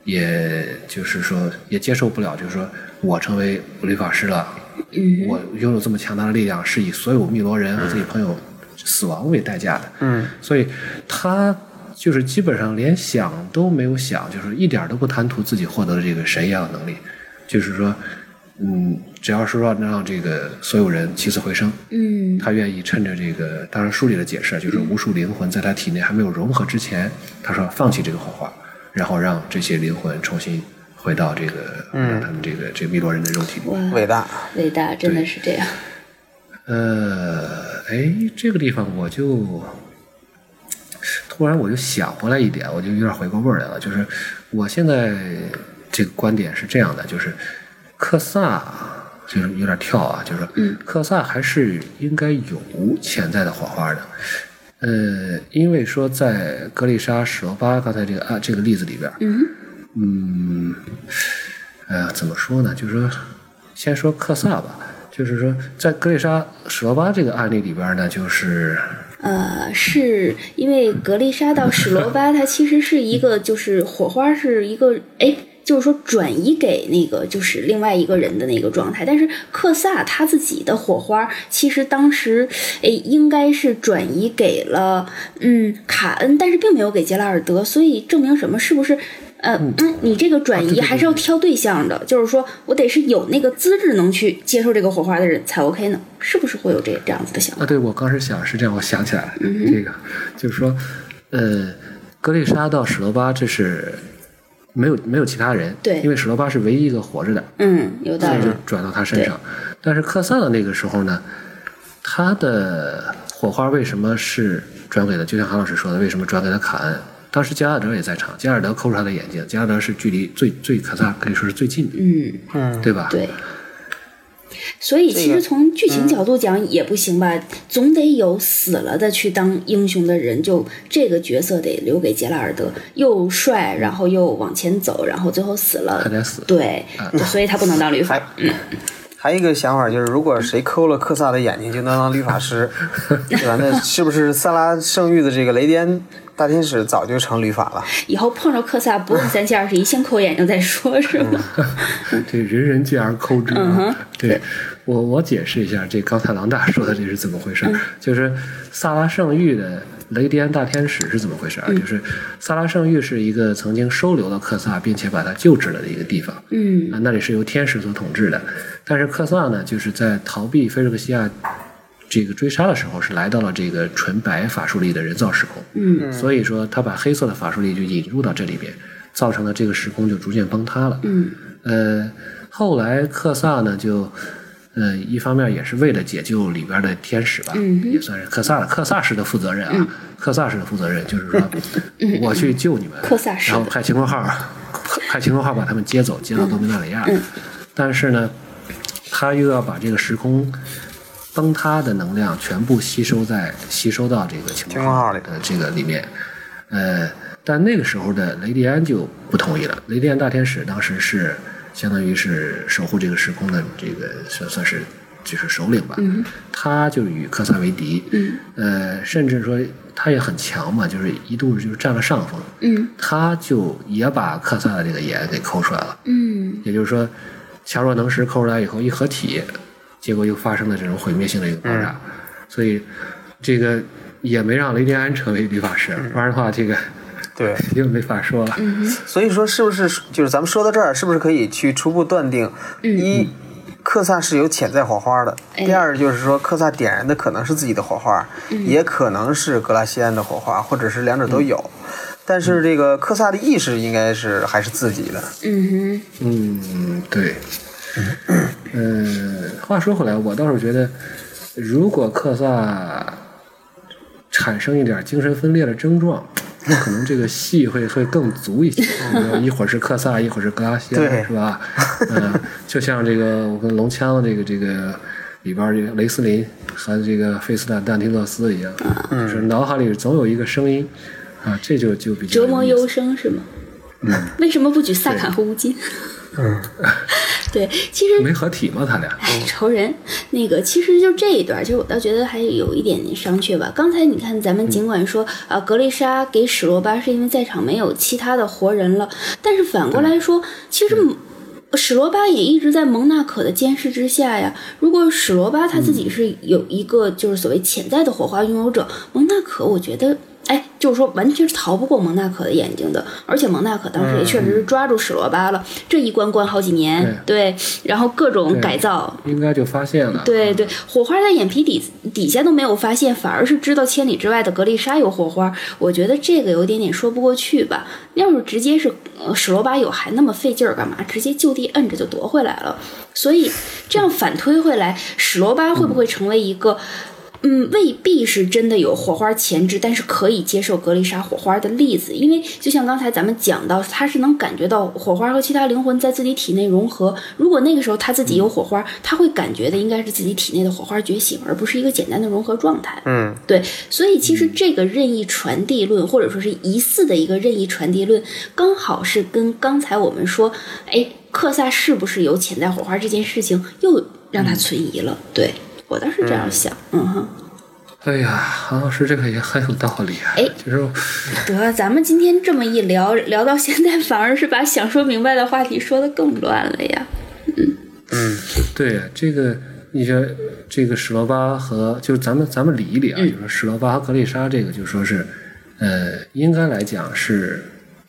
Speaker 3: 也就是说也接受不了，就是说我成为吕法师了，
Speaker 2: 嗯
Speaker 3: 我拥有这么强大的力量，是以所有汨罗人和自己朋友死亡为代价的。
Speaker 1: 嗯，
Speaker 3: 所以他就是基本上连想都没有想，就是一点儿都不贪图自己获得的这个神一样的能力，就是说，嗯，只要是让让这个所有人起死回生，
Speaker 2: 嗯
Speaker 3: 他愿意趁着这个，当然书里的解释啊就是无数灵魂在他体内还没有融合之前，他说放弃这个火花，然后让这些灵魂重新回到这个，让他们这个这个汨罗人的肉体里。
Speaker 2: 嗯，哇，
Speaker 1: 伟大，
Speaker 2: 伟大，真的是这样。
Speaker 3: 呃，哎，这个地方我就突然我就想回来一点，我就有点回过味儿来了。就是我现在这个观点是这样的，就是克萨就是有点跳啊，就是说克萨还是应该有潜在的火花的。呃，因为说在格丽莎、史罗巴刚才这个啊这个例子里边，
Speaker 2: 嗯
Speaker 3: 嗯，呃，怎么说呢？就是说，先说克萨吧，就是说，在格丽莎史罗巴这个案例里边呢，就是
Speaker 2: 呃，是因为格丽莎到史罗巴，它其实是一个，就是火花是一个， 哎，就是说转移给那个就是另外一个人的那个状态。但是克萨他自己的火花，其实当时，哎，应该是转移给了嗯卡恩，但是并没有给杰拉尔德，所以证明什么？是不是？呃，嗯，你这个转移还是要挑对象的，就是说我得是有那个资质能去接受这个火花的人才 OK 呢，是不是会有这这样子的想法？
Speaker 3: 啊，对我当时想是这样，我想起来了，这个就是说，呃，格丽莎到史罗巴这是没有没有其他人，
Speaker 2: 对
Speaker 3: 因为史罗巴是唯一一个活着的，
Speaker 2: 嗯，有道
Speaker 3: 所以
Speaker 2: 理
Speaker 3: 就，转到他身上。但是克萨的那个时候呢，他的火花为什么是转给了？就像韩老师说的，为什么转给了卡恩？当时加尔德也在场，加尔德抠住他的眼睛，加尔德是距离最最卡萨可以说是最近的，
Speaker 2: 嗯，
Speaker 1: 嗯，
Speaker 3: 对吧？
Speaker 2: 对。所以，其实从剧
Speaker 3: 嗯
Speaker 2: 情角度讲也不行吧，总得有死了的去当英雄的人，就这个角色得留给杰拉尔德，又帅，然后又往前走，然后最后死
Speaker 3: 他
Speaker 2: 了，
Speaker 3: 得嗯哎死。
Speaker 2: 对，所以他不能当律
Speaker 1: 还
Speaker 2: 法。
Speaker 1: 还有一个想法就是，如果谁抠了克萨的眼睛，就能当律法师，对吧？那是不是萨拉圣域的这个雷电大天使早就成律法了？
Speaker 2: 以后碰着克萨不问三七二十一，先抠眼睛再说，是吗？
Speaker 3: 对，人人皆而抠之、啊。对我，我解释一下，这刚才狼大说的这是怎么回事儿？就是萨拉圣域的雷迪安大天使是怎么回事儿？啊就是萨拉圣域是一个曾经收留了克萨，并且把他救治了的一个地方。
Speaker 2: 嗯
Speaker 3: 啊，那里是由天使所统治的。但是克萨呢，就是在逃避菲瑞克西亚这个追杀的时候，是来到了这个纯白法术力的人造时空。
Speaker 2: 嗯
Speaker 3: 所以说他把黑色的法术力就引入到这里边，造成了这个时空就逐渐崩塌了。
Speaker 2: 嗯
Speaker 3: 呃，后来克萨呢就，呃，一方面也是为了解救里边的天使吧，
Speaker 2: 嗯哼嗯
Speaker 3: 也算是克萨克萨式的负责任啊，克萨式的负责任就是说，我去救你们，
Speaker 2: 克萨式的
Speaker 3: 然后派晴空号，派晴空号把他们接走，接到多米纳里亚，但是呢，他又要把这个时空。崩塌的能量全部吸收在吸收到这个晴
Speaker 1: 晴空号里
Speaker 3: 的这个里面，呃，但那个时候的雷迪安就不同意了。雷迪安大天使当时是相当于是守护这个时空的这个算算是就是首领吧，他就与科萨为敌，呃，甚至说他也很强嘛，就是一度就是占了上风，
Speaker 2: 嗯
Speaker 3: 他就也把科萨的这个眼给抠出来了。
Speaker 2: 嗯
Speaker 3: 也就是说，强弱能识抠出来以后一合体，结果又发生了这种毁灭性的一个爆炸，所以这个也没让雷迪安成为律法师，不然的话这个
Speaker 1: 对，
Speaker 3: 又没法说了。
Speaker 1: 所以说是不是就是咱们说到这儿，是不是可以去初步断定，一，克萨是有潜在火花的；
Speaker 2: 哎
Speaker 1: 第二就是说，克萨点燃的可能是自己的火花，也可能是格拉西安的火花，或者是两者都有。但是这个克萨的意识应该是还是自己的，
Speaker 2: 嗯哼，
Speaker 3: 嗯，对。嗯，话说回来，我倒是觉得，如果克萨产生一点精神分裂的症状，可能这个戏会会更足一些。一会儿是克萨，一会儿是格拉西
Speaker 1: 对
Speaker 3: 安，是吧？嗯，就像这个我跟龙枪这个这个里边儿这个雷斯林和这个费斯坦丹提勒斯一样，就是脑海里总有一个声音啊，这就就比较
Speaker 2: 折磨
Speaker 3: 有意思
Speaker 2: 优生是吗？
Speaker 3: 嗯
Speaker 2: 为什么不举萨卡和乌金？ 对，其实
Speaker 3: 没合体嘛，他俩。
Speaker 2: 哎，仇人，那个其实就这一段，其实我倒觉得还有一点点商榷吧。刚才你看，咱们尽管说啊、格丽莎给史罗巴是因为在场没有其他的活人了，但是反过来说，其实蒙史罗巴也一直在蒙纳可的监视之下呀。如果史罗巴他自己是有一个就是所谓潜在的火花拥有者，蒙纳可，我觉得。哎，就是说，完全是逃不过蒙纳可的眼睛的，而且蒙纳可当时也确实是抓住史罗巴了，这一关关好几年，对，然后各种
Speaker 3: 对
Speaker 2: 改造，
Speaker 3: 应该就发现了。
Speaker 2: 对对，火花在眼皮底底下都没有发现，反而是知道千里之外的格丽莎有火花，我觉得这个有点点说不过去吧。要是直接是呃史罗巴有还那么费劲儿干嘛？直接就地摁着就夺回来了。所以这样反推回来，史罗巴会不会成为一个？嗯，未必是真的有火花前置，但是可以接受格丽莎火花的例子，因为就像刚才咱们讲到，他是能感觉到火花和其他灵魂在自己体内融合。如果那个时候他自己有火花，他会感觉的应该是自己体内的火花觉醒，而不是一个简单的融合状态。
Speaker 1: 嗯，
Speaker 2: 对，所以其实这个任意传递论，或者说是疑似的一个任意传递论，刚好是跟刚才我们说，哎，克萨是不是有潜在火花这件事情，又让他存疑了。对我倒是这样想，嗯哼。
Speaker 3: 哎呀，韩老师这个也很有道理啊。
Speaker 2: 哎
Speaker 3: 就是
Speaker 2: 得，咱们今天这么一聊，聊到现在反而是把想说明白的话题说的更乱了呀。
Speaker 3: 对这个，你说这个史罗巴和就是咱们咱们理一
Speaker 2: 嗯
Speaker 3: 理啊，就是史罗巴和格丽莎这个，就说是，呃，应该来讲是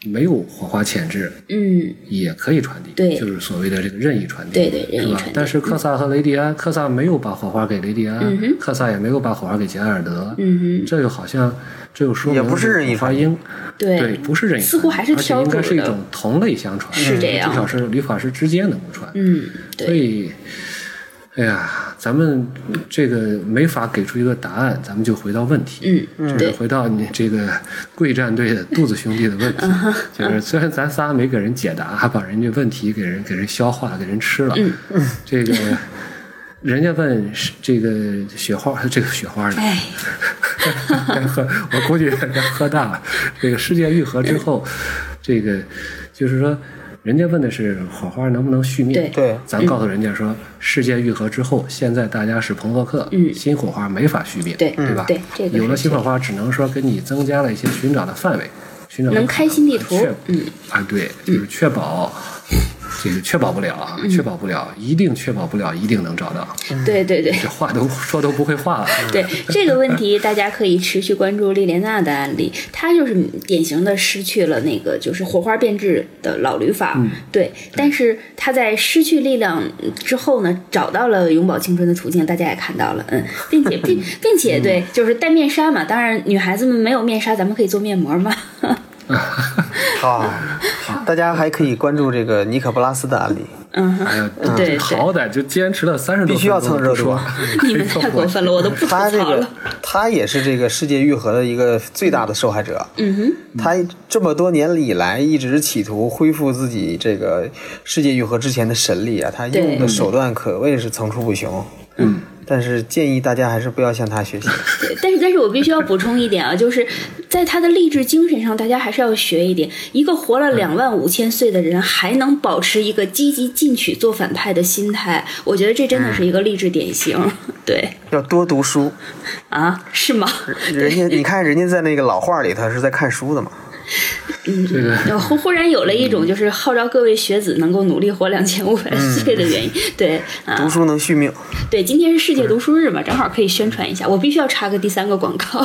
Speaker 3: 没有火花潜质
Speaker 2: 嗯，
Speaker 3: 也可以传递，
Speaker 2: 对
Speaker 3: 就是所谓的这个任意传递，
Speaker 2: 对对任意
Speaker 3: 是吧
Speaker 2: 传递
Speaker 3: 但是克萨和雷迪安，克萨没有把火花给雷迪安，
Speaker 2: 嗯哼
Speaker 3: 克萨也没有把火花给杰埃尔德，
Speaker 2: 嗯哼
Speaker 3: 这就好像这又说明
Speaker 1: 也不是任意
Speaker 3: 火花
Speaker 1: 传递
Speaker 3: 应
Speaker 2: 对
Speaker 3: 不是任意传递，
Speaker 2: 似乎还是
Speaker 3: 而且
Speaker 2: 挑
Speaker 3: 应
Speaker 2: 骨
Speaker 3: 该是一
Speaker 2: 的
Speaker 3: 种同类相传，嗯
Speaker 2: 是这样
Speaker 3: 至少是旅法师之间能够传，
Speaker 2: 嗯，
Speaker 3: 所
Speaker 2: 对，
Speaker 3: 以，哎呀，咱们这个没法给出一个答案，咱们就回到问题。
Speaker 2: 嗯，
Speaker 3: 就是
Speaker 2: 对
Speaker 3: 回到你这个贵战队的肚子兄弟的问题，
Speaker 2: 嗯
Speaker 3: 就是虽然咱仨没给人解答，还把人家问题给人给人消化、给人吃了，
Speaker 2: 嗯
Speaker 3: 这个人家问是这个雪花，这个雪花呢，
Speaker 2: 哎，
Speaker 3: 喝， 我估计他喝大了。这个世界愈合之后，这个就是说，人家问的是火花能不能续
Speaker 2: 对
Speaker 3: 灭，
Speaker 1: 对
Speaker 3: 咱告诉人家说，世界愈合之后，现在大家是朋克客，
Speaker 2: 嗯
Speaker 3: 新火花没法续灭，
Speaker 2: 对
Speaker 3: 对吧？
Speaker 2: 对这个
Speaker 3: 有了
Speaker 2: 是
Speaker 3: 新火花，只能说给你增加了一些寻找的范围，寻找的
Speaker 2: 能开新地图
Speaker 3: 确
Speaker 2: 嗯嗯
Speaker 3: 啊，对，就是确保。这个确保不了啊，确保不了，一定确保不了，一定能找到。
Speaker 2: 对对对。
Speaker 3: 这话都说都不会话 了。
Speaker 2: 对这个问题，大家可以持续关注莉莲娜的案例，她就是典型的失去了那个就是火花变质的老旅法，
Speaker 1: 嗯
Speaker 2: 对。但是她在失去力量之后呢，找到了永葆青春的途径，大家也看到了，嗯，并且 并并
Speaker 1: 嗯
Speaker 2: 且对，就是戴面纱嘛，当然女孩子们没有面纱，咱们可以做面膜嘛，
Speaker 1: 啊，大家还可以关注这个尼可布拉斯的案例。
Speaker 2: 嗯，
Speaker 3: 哎呀，
Speaker 1: 呃
Speaker 2: 对对
Speaker 3: 好歹就坚持了三十多，
Speaker 1: 必须要蹭热度
Speaker 3: 说
Speaker 1: 啊，
Speaker 2: 你们太过分了，我都不吐槽
Speaker 1: 他这个
Speaker 2: 了，
Speaker 1: 他也是这个世界愈合的一个最大的受害者。
Speaker 2: 嗯哼，
Speaker 1: 他这么多年以来一直企图恢复自己这个世界愈合之前的神力啊，他用
Speaker 2: 嗯
Speaker 1: 的手段可谓是层出不穷。嗯，但是建议大家还是不要向他学习。
Speaker 2: 对， 但是但是我必须要补充一点啊，就是在他的励志精神上，大家还是要学一点。一个活了两万五千岁的人，还能保持一个积极进取、做反派的心态，我觉得这真的是一个励志典型。对
Speaker 1: 要多读 书，
Speaker 2: 啊，是吗？
Speaker 1: 人家你看人家在那个老话里头是在看书的嘛。
Speaker 3: 这 个
Speaker 2: 然后忽然有了一种就是号召各位学子能够努力活两千五百岁的原因。对
Speaker 1: 读
Speaker 2: 啊，
Speaker 1: 书能续命
Speaker 2: 对，今天是世界读书日嘛，正好可以宣传一下。我必须要插个第三个广告。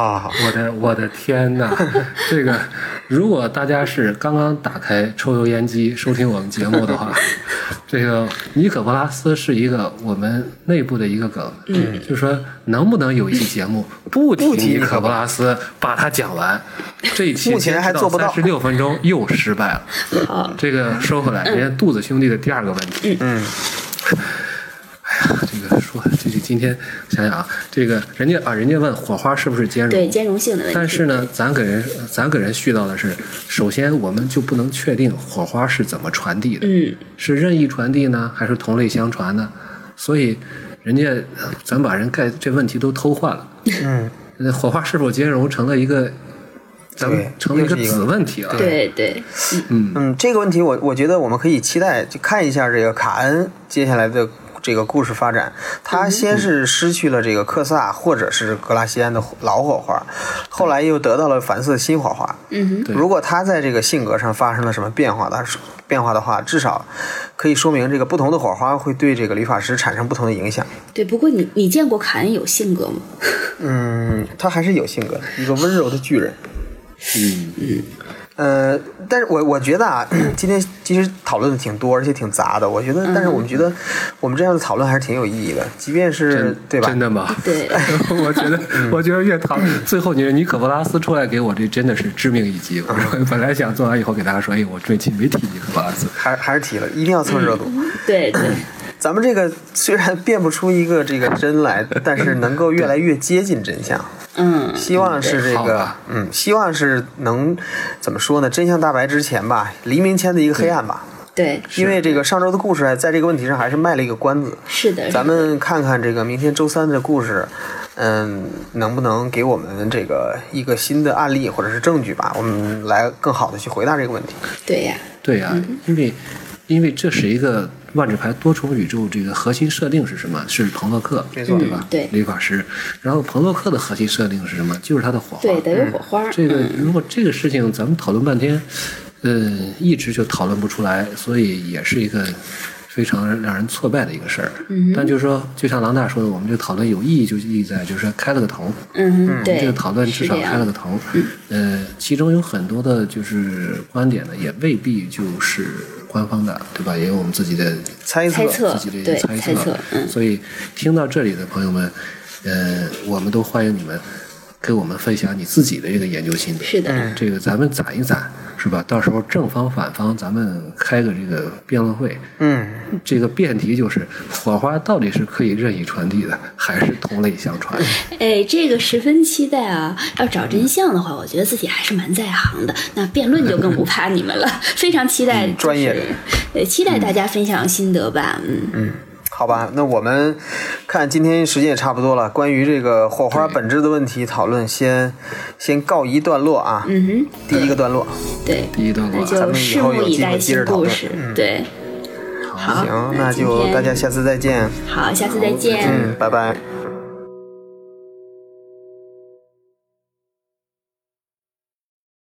Speaker 1: 啊！
Speaker 3: 我的我的天呐，这个如果大家是刚刚打开抽油烟机收听我们节目的话，这个尼可波拉斯是一个我们内部的一个梗，嗯，就是说能不能有一期节目不提
Speaker 1: 不提
Speaker 3: 尼可波拉斯，把它讲完？这一期
Speaker 1: 目前还做不到
Speaker 3: 三十六分钟又失败了。
Speaker 2: 好，
Speaker 3: 这个说回来，人家肚子兄弟的第二个问题，嗯，哎呀，这个说这个今天想想啊，这个人家啊，人家问火花是不是兼容？
Speaker 2: 对兼容性的问题。
Speaker 3: 但是呢，咱给人咱给人絮叨的是，首先我们就不能确定火花是怎么传递的，
Speaker 2: 嗯，
Speaker 3: 是任意传递呢，还是同类相传呢？所以，人家呃咱把人盖这问题都偷换了，
Speaker 1: 嗯，
Speaker 3: 那火花是否兼容成了一个，咱们
Speaker 1: 对
Speaker 3: 成了一
Speaker 1: 又
Speaker 3: 个
Speaker 1: 是一个
Speaker 3: 子问题了。
Speaker 2: 对对，
Speaker 1: 嗯，这个问题我我觉得我们可以期待，就看一下这个卡恩接下来的这个故事发展。他先是失去了这个克萨或者是格拉西安的老火花，后来又得到了凡斯的新火花。
Speaker 2: 嗯哼。
Speaker 3: 对
Speaker 1: 如果他在这个性格上发生了什么变化，他是变化的话，至少可以说明这个不同的火花会对这个理发师产生不同的影响。
Speaker 2: 对，不过你你见过卡恩有性格吗？
Speaker 1: 嗯，他还是有性格的，一个温柔的巨人。
Speaker 3: 嗯，
Speaker 1: 呃，但是我我觉得啊， 今天其实讨论的挺多，而且挺杂的。我觉得，但是我们觉得我们这样的讨论还是挺有意义的，即便是对吧嗯
Speaker 3: 真？的吗？
Speaker 2: 对
Speaker 3: 我觉得，我觉得越讨最后你尼可波拉斯出来给我这真的是致命一击。我说本来想做完以后给大家说，哎，我这期没提尼可波拉斯，
Speaker 1: 还还是提了，一定要蹭热度。
Speaker 2: 对对，
Speaker 1: 咱们这个虽然变不出一个这个真来，但是能够越来越接近真相。
Speaker 2: 嗯，
Speaker 1: 希望是这
Speaker 3: 好
Speaker 1: 个
Speaker 3: 吧，
Speaker 1: 嗯，希望是能怎么说呢？真相大白之前吧，黎明前的一个黑暗吧。
Speaker 2: 对，
Speaker 1: 因为这个上周的故事还在这个问题上还是卖了一个关子。
Speaker 2: 是的，
Speaker 1: 咱们看看这个明天周三的故事，嗯，能不能给我们这个一个新的案例或者是证据吧？我们来更好的去回答这个问题。
Speaker 2: 对呀、
Speaker 3: 对呀、
Speaker 2: 嗯
Speaker 3: 因为因为这是一个万智牌多重宇宙，这个核心设定是什么？是朋洛克，
Speaker 1: 没错
Speaker 3: 对吧？
Speaker 2: 嗯对
Speaker 3: 雷法师。然后朋洛克的核心设定是什么？就是他的火花。
Speaker 2: 对，
Speaker 1: 嗯
Speaker 2: 嗯得有火花，
Speaker 3: 这个如果这个事情咱们讨论半天，呃，一直就讨论不出来，所以也是一个非常让人挫败的一个事儿。
Speaker 2: 嗯
Speaker 3: 但就是说，就像郎大说的，我们这讨论有意义，就意义在就是说开了个头。
Speaker 2: 嗯哼，对，
Speaker 3: 这个讨论至
Speaker 2: 是
Speaker 3: 少
Speaker 2: 这样嗯
Speaker 3: 开了个头。呃，其中有很多的就是观点呢，也未必就是官方的，对吧？也有我们自己的
Speaker 1: 猜测
Speaker 2: 猜测
Speaker 3: 自己的一
Speaker 2: 对
Speaker 3: 些猜
Speaker 2: 猜测嗯
Speaker 3: 所以听到这里的朋友们，呃，我们都欢迎你们跟我们分享你自己的这个研究心得。
Speaker 2: 是的嗯
Speaker 3: 这个咱们攒一攒，是吧？到时候正方反方，咱们开个这个辩论会。
Speaker 1: 嗯，
Speaker 3: 这个辩题就是火花到底是可以任意传递的，还是同类相传？
Speaker 2: 哎，这个十分期待啊！要找
Speaker 1: 嗯
Speaker 2: 真相的话，我觉得自己还是蛮在行的。那辩论就更不怕你们了，非常期待、就是
Speaker 1: 嗯专业人，
Speaker 2: 呃，期待大家分享心得吧。嗯，
Speaker 1: 好吧，那我们看今天时间也差不多了，关于这个火花本质的问题讨论先先告一段落啊，
Speaker 2: 嗯
Speaker 1: 第一个段落。
Speaker 2: 哼，对，
Speaker 3: 第一段
Speaker 2: 那
Speaker 3: 落。
Speaker 2: 就
Speaker 1: 咱们以
Speaker 2: 拭
Speaker 1: 后
Speaker 2: 目
Speaker 1: 有
Speaker 2: 以
Speaker 1: 机
Speaker 2: 待
Speaker 1: 会接
Speaker 2: 新
Speaker 1: 着讨
Speaker 2: 故
Speaker 1: 论嗯
Speaker 2: 事。对，好
Speaker 1: 行，那
Speaker 2: 今
Speaker 1: 就
Speaker 2: 天
Speaker 1: 大家下次再见，
Speaker 2: 好，下次再见。
Speaker 1: 嗯，拜拜。